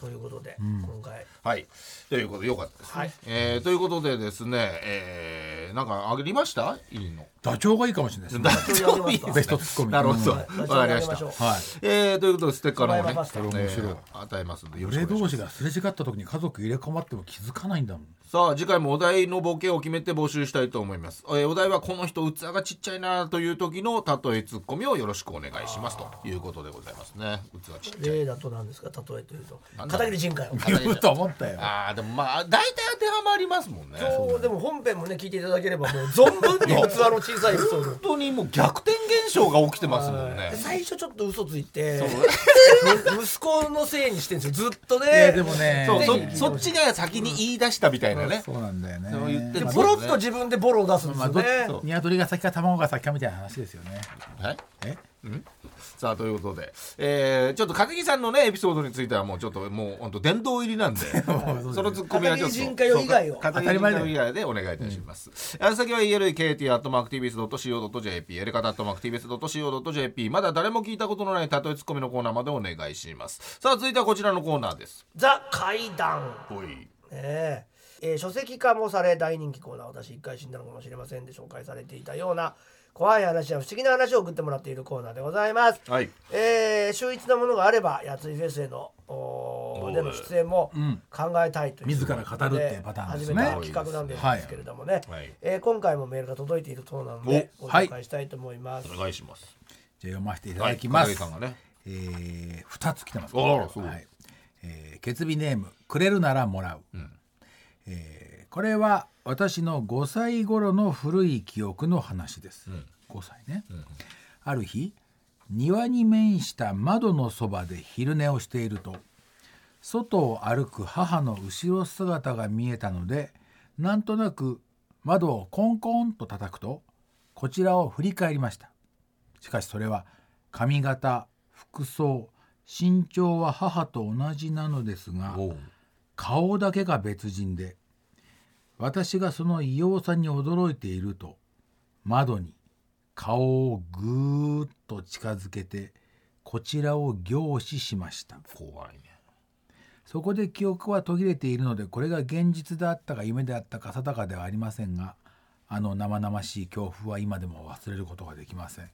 ということで、今回
はいということでよかったですね、
はい
えーということでですねえーなんかあげましたいいの
ダチョウがいいかもしれないですね
大
丈夫ですか
ベストツッコ ミ
なるほど、
うん
わ
は
かりました
はい
い
えー、ということでステッカーの方ね、
それ面白い
えー与えますのでよろし
俺
くお願
同
いし
士
ま
がすれ違った時に家族入れ替わっても気づかないんだもん
すさあ次回もお題のボケを決めて募集したいと思います、えーお題はこの人器がちっちゃいなという時の例えツッコミをよろしくお願いしますということでございますね器ちっちゃい
例だと何ですか例えというと
なんだろ
片
う
桐仁かよ
あ大丈夫
言うと思ったよ
ああでもまあ大体当てはまりますもんね
今日でも本編もね聞いていただければもう存分に器の小さいエピソード
本当にもう逆転現象が起きてますもんね
で最初ちょっと嘘ついて 息子のせいにしてるんですよずっとね
いやでもね
そう
ぜひ
そそっちが先に言い出したみたいなね
そうなんだよね
そう言って
で
る
ボロッと自分でボロを出すんです
ま
よ
あどっ
ね
ちニワトリが先か卵が先かみたいな話ですよね
はい
え
さあということで、えー、ちょっと片桐さんのねエピソードについてはもうちょっともう本当殿堂入りなんで そのツッコミはちょっ
片
と
桐仁家よ以外を
そう片桐仁家よ以外でお願いいたします、あ宛先は elkt.mactvs.co.jp やり方 .mactvs.co.jp まだ誰も聞いたことのない例えツッコミのコーナーまでお願いしますさあ続いてはこちらのコーナーです
ザ怪談
おい
ねええー書籍化もされ大人気コーナー私一回死んだのかもしれませんで紹介されていたような怖い話や不思議な話を送ってもらっているコーナーでございます、
はい
えー秀逸なものがあればやついフェスへのお
お
ー
い
での出演も考えたいという
自ら語るっていうパターンで
始
すね
めた企画なんですけれどもね、
はい
えー今回もメールが届いているそうなので
お
ご紹介したいと思います、
お願いします
じゃあ読ませていただきま
はい
す、
片桐さんがね
えー、2つ来てます
あらそう
はいえー、決日ネーム「くれるならもらう」えーこれは私の5歳頃の古い記憶の話です、5歳ね、ある日庭に面した窓のそばで昼寝をしていると外を歩く母の後ろ姿が見えたのでなんとなく窓をコンコンと叩くとこちらを振り返りましたしかしそれは髪型服装身長は母と同じなのですが
おう
顔だけが別人で私がその異様さに驚いていると窓に顔をぐーっと近づけてこちらを凝視しました
怖いね
そこで記憶は途切れているのでこれが現実であったか夢であったか定かではありませんがあの生々しい恐怖は今でも忘れることができません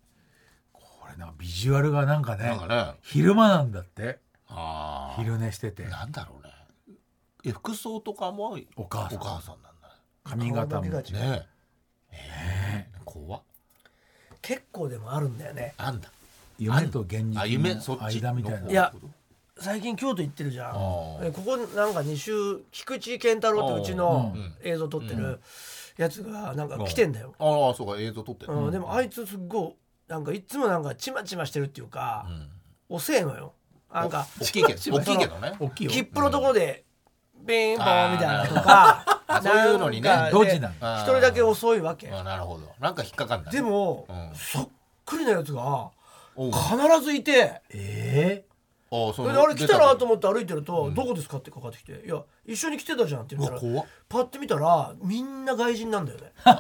これなんかビジュアルがなんかね
なんかね
昼間なんだって
ああ
昼寝してて
なんだろうねえ服装とかも
お母さん
お母さんなんだね
髪型も
顔だけが違う
ねえ。怖っ
結構でもあるんだよね
あんだ。
夢と現
あ夢
実
そっ
の
ち
間みたい
の
ない
や最近京都行ってるじゃん
ー
えここなんか2週菊池健太郎ってうちの
うん
映像撮ってるやつがなんか来てんだよ、
ああそうか映像撮ってる。
うんでもあいつすっごいなんかいつもなんかちまちましてるっていうか、遅えのよなんか
大きいけ ど大きいけどね。
大きいよ
切符のところでピンポンみたいなのとか
あーなるほどそういうのにね
なんか
ドジなの
一人だけ遅いわけ
あなるほど。なんか引っかかんない。
でも、
ん
そっくりなやつが
おう、
必ずいて
え
ああそ
それであれ来たなと思
思
って歩いてると「どこですか?」ってかかってきて「いや一緒に来てたじゃん」って言うか
うわ怖
ら
っ
パッて見たらみんな外人なんだよね。
あ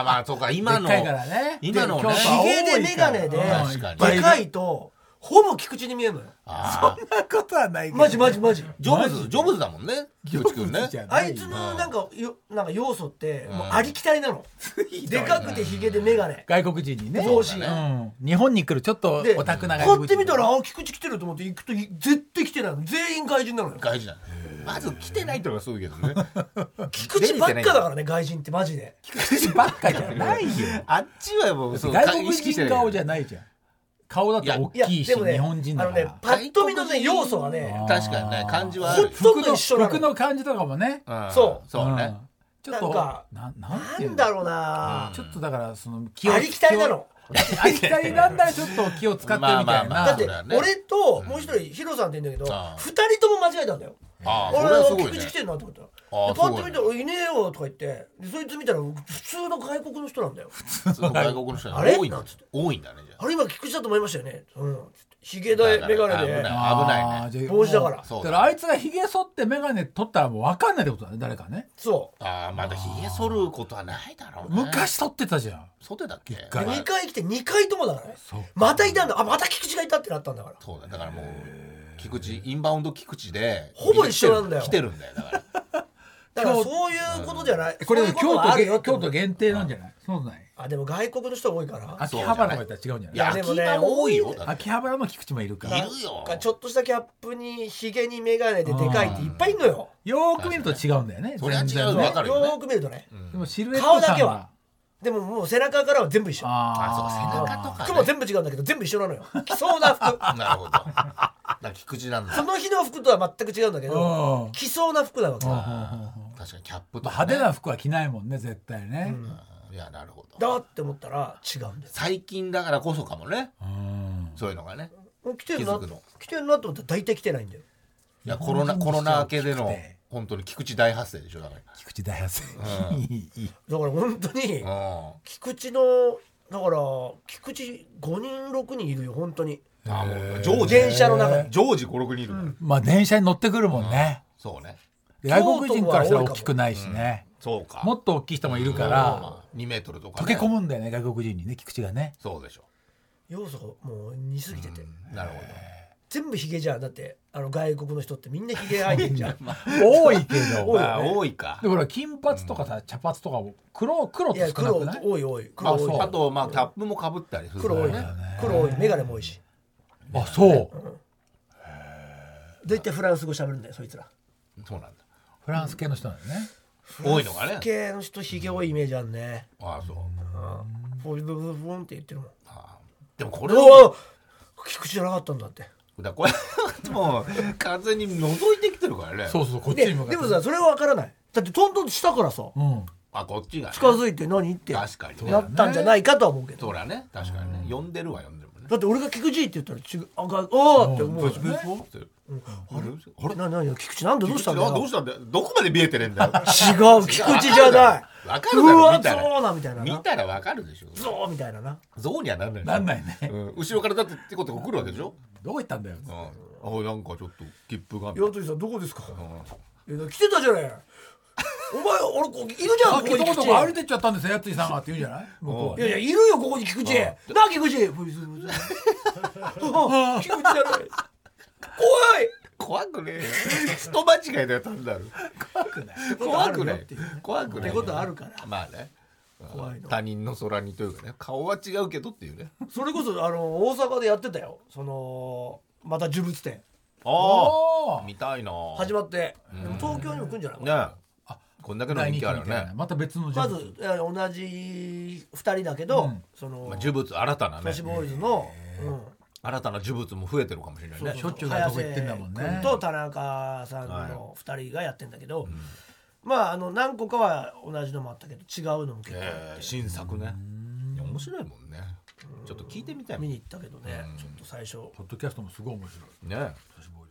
あまあそうか
で
今
っ
の。
かいからね
今のね
で京都は
ひげで
多いから
メガネで
確かに
でかいとほぼ菊池に見えるのよ
ああ
そんなことはないけど
マジマジマジ
ジョブズジョブズだもんね。ジョブ君ね。
じゃな
あいつのなんかよなんか要素ってもううんありきたりな のでかくてひげでメガネ
外国人にね
帽子
うん日本に来るちょっと
で
オタクな
買ってみた
ら
らあ菊池来てると思って行くとい絶対来てないの全員外人なのよ
外人なの。まず来てないってのがすごいけどね。
菊池ばっかだからね外人ってマジで
ばっかじゃないよ
あっちはもうそう
外国
意識してな
人
い
顔じゃないじゃん顔だと大きいし日本人
あ
だ
の
か
ね
ら
パッと見のね要素はね
確かにね感じはあ
ほ
る
と
服
んど
の
一緒な
服
の
の感じとかもね
ん
そう
そうね。
ちょっと
なんか
ななんて
な
いうんの
だろうな
ちょっとだからその気
ありきたりなの
気をありきたりなんだらちょっと気を使ってるみたい
まあまあまあ
な
だっ
そ
て
うだよね
俺ともう一人ヒロさんって言うんだけど
ああ
二人とも間違えたんだよ
え
ああそ
俺
れはすごい
菊池来て
ね
んなと思ったら
あー
でパッと見たら「いねえよ」とか言ってでそいつ見たら普通の外国の人なんだよ
その外国の人が
あれ
多いんだ多いんだねじゃあ
あれ今菊池だと思いましたよねうんひげ
だ
で
から
眼鏡
危
で
ない
あーじゃあ
帽子だから
もう
そうだね
だからあいつがひげ剃って眼鏡取ったらもう分かんないってことだね誰かね
そう
ああまだひげ剃ることはないだろうね
昔剃ってたじゃん
剃ってたっけ
回
で
はい
2回来て2回ともだからね
そう
またいたんだあまた菊池がいたってなったんだから
そうだだからもう菊池インバウンド菊池で
ほぼ一緒なんだよ
来てるんだよだから
だからそういうことじゃない
これ
そうい
京
うと
都
があるよ
限
って
京都限定なんじゃないそうじゃない
あでも外国の人が多いから
秋葉原とか行ったら違うんじゃない
いや
で
秋
もね
葉も多いよ
多い
だって
秋葉原も菊池もいるから
いるよ
なんかちょっとしたキャップにひげに眼鏡ででかいっていっぱいいんのよ
よーく見ると違うんだよね
そりゃ
全然
違うわかるよね
よーく見るとね
でもシルエット
顔だ
感
けはでももう背中からは全部一緒
あそう
あ
か背中とかね
服も全部違うんだけど全部一緒なのよ着そうな 服
なるほどだから菊池なんだ
その日の服とは全く違うんだけ
う
ど
ん
着そうな服なわけだ
確かにキャップとか
ー派
ね
手な服は着ないもんね絶対ね
うんいやなるほど
だって思ったら違うんです
最近だからこそかもね
うん
そういうのがね
よ着てるな
気づくの
着てるなと思ったら大体着てないんだよ
いや
日
コ
本人
ロナ
にしては
コロナ明けでの
きつくて
本当に菊池大発生でしょだか
菊池大発
うん
生 いいいい
だから本当に
らうん
菊池のだから菊池5人6人いるよ本当に
あもう常時
電車の中に
常時56人いるから
まあ電車に乗ってくるもんね
そうね
で外国人からしたら大きくないしね
そうか
もっと大きい人もいるから
2メートルとか
溶
ね
け込むんだよね外国人にね菊池がね
そうでしょ
要素がもう似すぎてて、
なるほど
全部ヒゲじゃんだってあの外国の人ってみんなヒゲ生えてんじゃん
多いけど
まあ多いか
でほら金髪とかさ茶髪とかも黒黒っ
い
て
や
少な
黒
くない
多い多い
ま
黒
あ
多い
そうあとまあキャップもかぶったりするか
黒
ら
多い
ね
黒多い眼鏡も多いし
あそう
大体フランス語喋るんだよそいつら
そうなんだ
フランス系の人なんだよね
多いのがね
系の人ヒゲ多いイメージあんね
ああそう
ボンボンボンって言ってるもん
ああでもこれ
お
を
お菊池じゃなかったんだって
だからこれ もう完全に覗いてきてるからね
そうそうこっち
で
に
で
向かって
もさそれは分からないだってトントンしたからさ
うん
あこっちがね
近づいて何ってな
確かにね
ったんじゃないかとは思うけど
そりゃね確かにね呼んでるは呼んでるもんね
だって俺が菊池って言ったら違うあがおおって思うよね
あれあれ
ななな菊池なんでどうしたんだよ
どうしたんだよどこまで見えてね えんだよ
違う菊池じゃない
わかるだ
う
ろ
わ
見た
そう
ら
なみたいな
見
な
たらわかるでしょ
そうみたいなな
ゾウにはなんないでしょ
なんないね
うん後ろからだってってことが来るわけでしょ
どこ行ったんだよ
うんあなんかちょっと切符がみたいな
岩鳥さんどこですかいや来てたじゃないお前俺こういるじゃ
さ
ん
っ
ここ
きと
に菊
こと
池
こ歩いてっちゃったんですよやついさんがって言うんじゃない向こうはい
やいやいるよここに菊池なあ菊池ブイブイブイブイあ菊池じゃない怖い
怖くねえよ。人間違いだよ、単なる。
怖くない
怖く
っ
ね
て
え。怖くねえ。
ってことあるから
まあね。
怖いの
他人の空にというかね、顔は違うけどっていうね。
それこそあの大阪でやってたよそのまた呪物展
あ
お
あ。見たいな。
始まってでも東京にも来るんじゃない
ねえ。こんだけの
大
人気
人気
あ
あ
る
る
よ
よ
ね
ね。また別のジャ
ま
ンル
ずえー同じ2人だけど、
うん
その、
まあ、呪物、新たな
ト
ね
シ。ボーイズの、うん
新たな呪物も増えてるかもしれないね。
しょっちゅうなとこ行ってんだもんね
早瀬君と田中さんの2人がやってんだけど、まああの何個かは同じのもあったけど違うのも結構
ええ新作ね。いや面白いもんね。ちょっと聞いてみたいも
見
ん。
に行ったけどね、ちょっと最初、
ポッドキャストもすごい面白い
ね
トシボーイ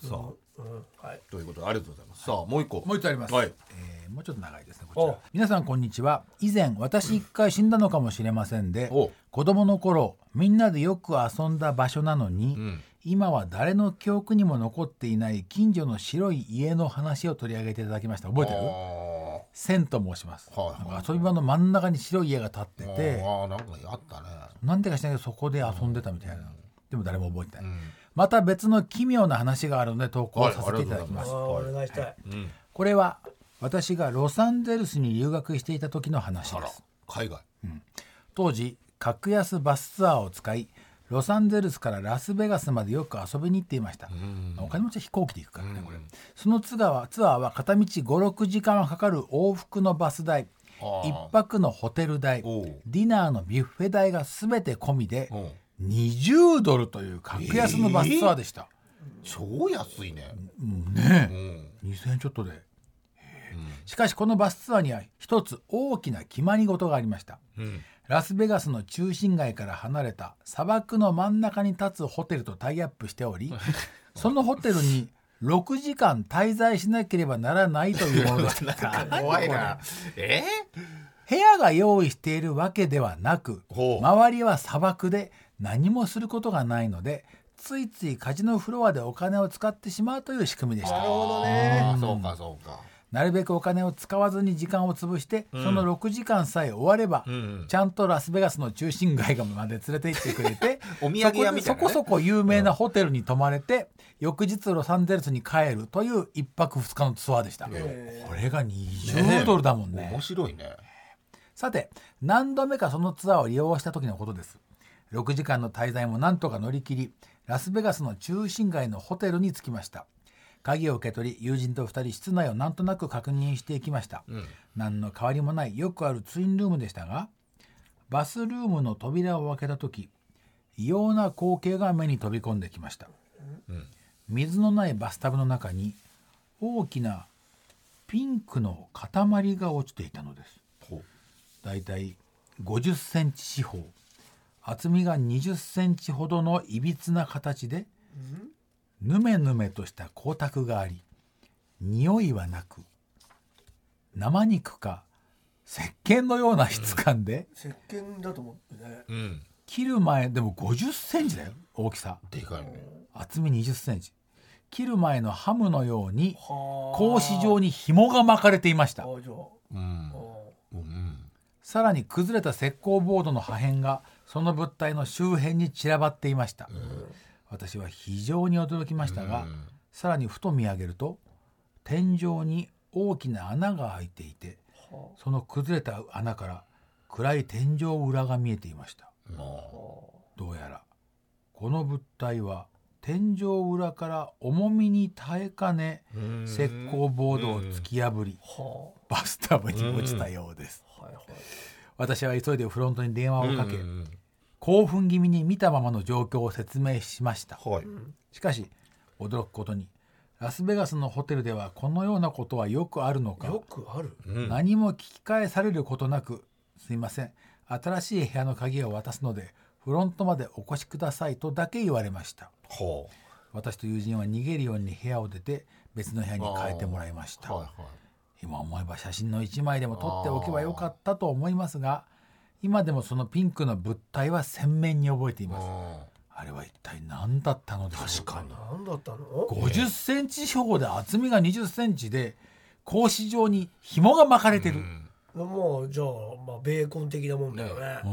ズさん
え。
の
さあ。
うんはい、
ということで、ありがとうございます。さあ、もう一個。
もう一つあります、
はい。
えーもうちょっと長いですねこち
お
ら皆さんこんにちは以前私一回死んだのかもしれませんで
お
子供の頃みんなでよく遊んだ場所なのに、
ん
今は誰の記憶にも残っていない近所の白い家の話を取り上げていただきました覚えてる
ああ。
千と申します、
はいはい
なんか遊び場の真ん中に白い家が建ってて
ああなんかあったね
なんでか知らないけどそこで遊んでたみたいな、でも誰も覚えてない、
ん
また別の奇妙な話があるので投稿させていただき
あ
ます、
ーお願いしたい、
うん
これは私がロサンゼルスに留学していた時の話
あ
で
ら
す
海外
当時格安バスツアーを使いロサンゼルスからラスベガスまでよく遊びに行っていました、お金持ちは飛行機で行くからねこれ、そのツアーはツアーは片道56時間はかかる往復のバス代
あー
1泊のホテル代
おう
ディナーのビュッフェ代が全て込みで
うん
20ドルという格安のバスツアーでした、
超安いね
ねえ
うん
2000円ちょっとで、しかしこのバスツアーには一つ大きな決まり事がありました、ラスベガスの中心街から離れ た砂漠の真ん中に立つホテルとタイアップしておりそのホテルに6時間滞在しなければならないというものでした
怖いな。え
部屋が用意しているわけではなく
ほう
周りは砂漠で何もすることがないのでついついカジノフロアでお金を使ってしまうという仕組みでし
な
た
るほどね。あーそうかそうか。
なるべくお金を使わずに時間を潰して、その6時間さえ終われば、
ん
ちゃんとラスベガスの中心街まで連れて行ってくれて
お土産屋みたいなね
そこでそこそこ有名なホテルに泊まれて、翌日ロサンゼルスに帰るという1泊2日のツアーでした、これが20ドルだもんね
面白いね。
さて何度目かそのツアーを利用した時のことです6時間の滞在もなんとか乗り切りラスベガスの中心街のホテルに着きました鍵を受け取り友人と2人室内をなんとなく確認していきました、何の変わりもないよくあるツインルームでしたがバスルームの扉を開けた時異様な光景が目に飛び込んできました、水のないバスタブの中に大きなピンクの塊が落ちていたのです
ほう
だいたい50センチ四方厚みが20センチほどのいびつな形でぬめぬめとした光沢があり匂いはなく生肉か石鹸のような質感で
石鹸だと思ってね
うん。
切る前でも50センチだよ大きさ
でかいね。
厚み20センチ切る前のハムのように
は
格子状に紐が巻かれていました
ああじゃあ
うん
あ。
うん。
さらに崩れた石膏ボードの破片がその物体の周辺に散らばっていました、私は非常に驚きましたが、
うん
さらにふと見上げると天井に大きな穴が開いていて
は
その崩れた穴から暗い天井裏が見えていました
あ
どうやらこの物体は天井裏から重みに耐えかね
うん
石膏ボードを突き破り
は
バスタブに落ちたようです
あはいはい
私は急いでフロントに電話をかけ、
うんうん
興奮気味に見たままの状況を説明しました
うんはい。
しかし驚くことにラスベガスのホテルではこのようなことはよくあるのか
よくある
うん
何も聞き返されることなく「すいません新しい部屋の鍵を渡すのでフロントまでお越しください」とだけ言われました
ほう。
私と友人は逃げるように部屋を出て別の部屋に変えてもらいました
はいはい。
今思えば写真の一枚でも撮っておけばよかったと思いますが今でもそのピンクの物体は鮮明に覚えていますあれは一体何だったのでしょうか
確
何だったの
50センチ四方で厚みが20センチで格子状に紐が巻かれてる、
もうじゃあまあベーコン的なもんだよね
う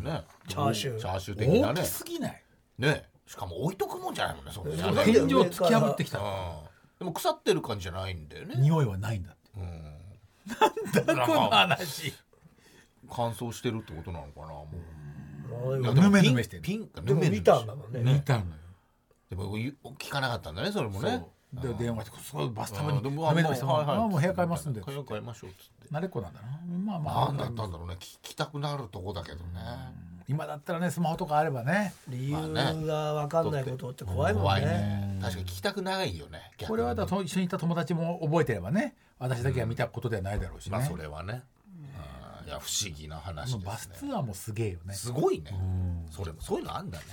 んね。
チャーシュー
チャーシュー的な
大
ね
き。すぎない
ね。しかも置いとくもんじゃないもんね。そんな
そう
ね
だ
天
よ
井突き破ってきた
でも腐ってる感じじゃないんだよね。
匂いはないんだって
なんだ
この話
乾燥してるってことなのかな。もう
まあでも
いやでも
ぬめぬめしてる
ピンク。
でも
ぬめぬめ
見たんだもんね
見たのよ
でも言う聞かなかったんだね。それもね。
そうで電話してすごいバスタブ
あ
に
ーでもあ
ダメダメしても
はいはい
あもう部屋変えますんで
部屋変えましょうっつって。
慣れっこなんだなまあまあ
なんだったんだろうね。聞きたくなるとこだけどね。
今だったらねスマホとかあればね
理由が分かんないことって怖いもん
怖い
ね
ね。確かに聞きたくないよね。逆に
これはだと一緒にいた友達も覚えてればね私だけは見たことではないだろうしね、
まあそれはね。うんいや不思議な話
もう
で
バス
すね。
ツアーもすげえよね
すごいね。それもそういうのあんだね。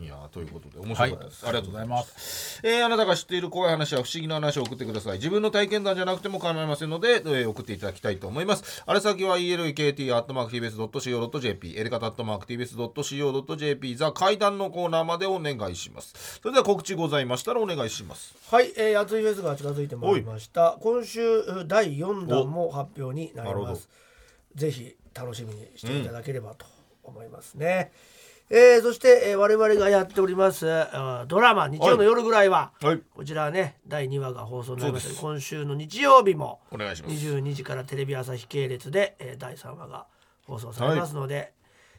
いやーということで面白かったです。ありがとうございます。えーあなたが知っている怖い話や不思議な話を送ってください。自分の体験談じゃなくても構いませんので、えー送っていただきたいと思います。あれ先は elkt.tbs.co.jp、エレカタ .tbs.co.jp、ザ階段のコーナーまでお願いします。それでは告知ございましたらお願いします。
はい、えー、熱いフェスが近づいてまいりました今週う第4弾も発表になり
なるほ
ま
ど
すぜひ楽しみにしていただければと思いますね、えーそして、えー我々がやっておりますあードラマ日曜の夜ぐらいは、
はい
こちらはね第2話が放送になりました
そう
け
で
ど今週の日曜日も
お願いします
22時からテレビ朝日系列で、えー第3話が放送されますので、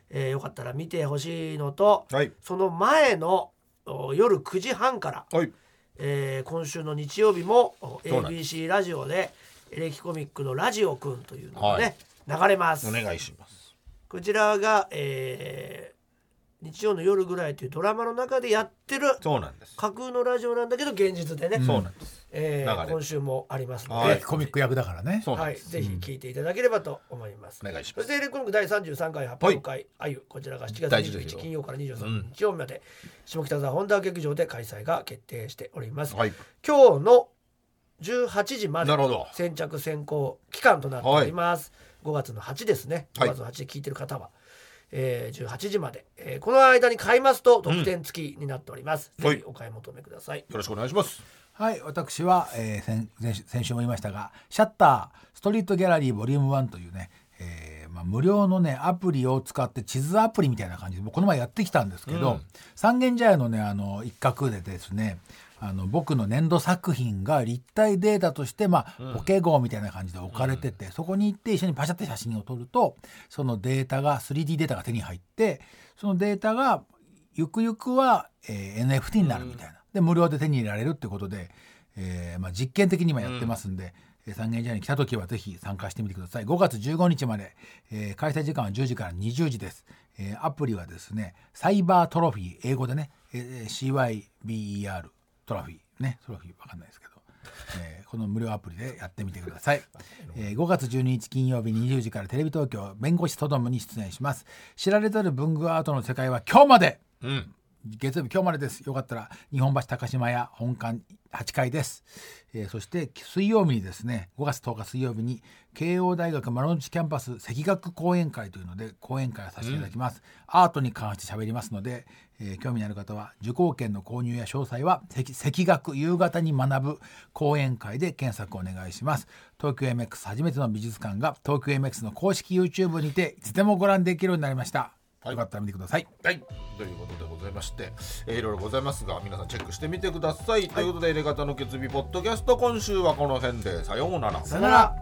えーよかったら見てほしいのと、
はい
その前のお夜9時半から、
はい。
えー今週の日曜日もお
そうなんで
ABC ラジオでエレキコミックの「ラジオくん」というのがね、流れます
お願いします。
こちらが、えー日曜の夜ぐらいというドラマの中でやってる
そうなんです。
架空のラジオなんだけど現実でね
そうなんです。
えー
流れ
今週もありますの
は
で
い、
コミック役だからね
そうなん
は
で
い、
す。
ぜひ聞いていただければと思います。
お願いし
そ
ま
し
す。
てエレコミック第33回発表会あゆ、こちらが7月
大事
21
で
日
すよ
金曜から23日曜日まで、下北沢本田劇場で開催が決定しております。
はい。
今日の18時まで
なるほど
先着先行期間となっております、5月の8ですね
は
5
い
月の8で聞いてる方は、えー18時まで、えーこの間に買いますと特典付きになっております、
はい
ぜひお買い求めください
よろしくお願いします。
はい私は、えー先先週先週も言いましたが「シャッターストリートギャラリーボリューム1というね、えーまあ、無料のねアプリを使って地図アプリみたいな感じで僕この前やってきたんですけど、三軒茶屋のねあの一角でですねあの僕の年度作品が立体データとして、まあ、ポケ号みたいな感じで置かれてて、そこに行って一緒にパシャって写真を撮るとそのデータが 3D データが手に入ってそのデータがゆくゆくは、えー NFT になるみたいな、で無料で手に入れられるってことで、えーまあ、実験的に今やってますんで、えー三軒茶屋に来た時はぜひ参加してみてください5月15日まで、えー開催時間は10時から20時です、えーアプリはですねサイバートロフィー英語でね、えー CYBER トロフィーねトロフィーわかんないですけどえーこの無料アプリでやってみてください、えー5月12日金曜日20時からテレビ東京弁護士とどもに出演します知られざる文具アートの世界は今日まで
うん。
月曜日今日までですよかったら日本橋高島屋本館8階です、えーそして水曜日にですね5月10日水曜日に慶応大学丸の内キャンパス赤学講演会というので講演会をさせていただきます、アートに関して喋りますので、えー興味のある方は受講券の購入や詳細は赤赤学夕方に学ぶ講演会で検索お願いします東京 MX 初めての美術館が東京 MX の公式 YouTube にていつでもご覧できるようになりました、
はい
よかったら見てください
はい。ということでございまして、えーいろいろございますが、皆さんチェックしてみてください。ということで、入れ方の決意ポッドキャスト、今週はこの辺で、さようなら。
さよなら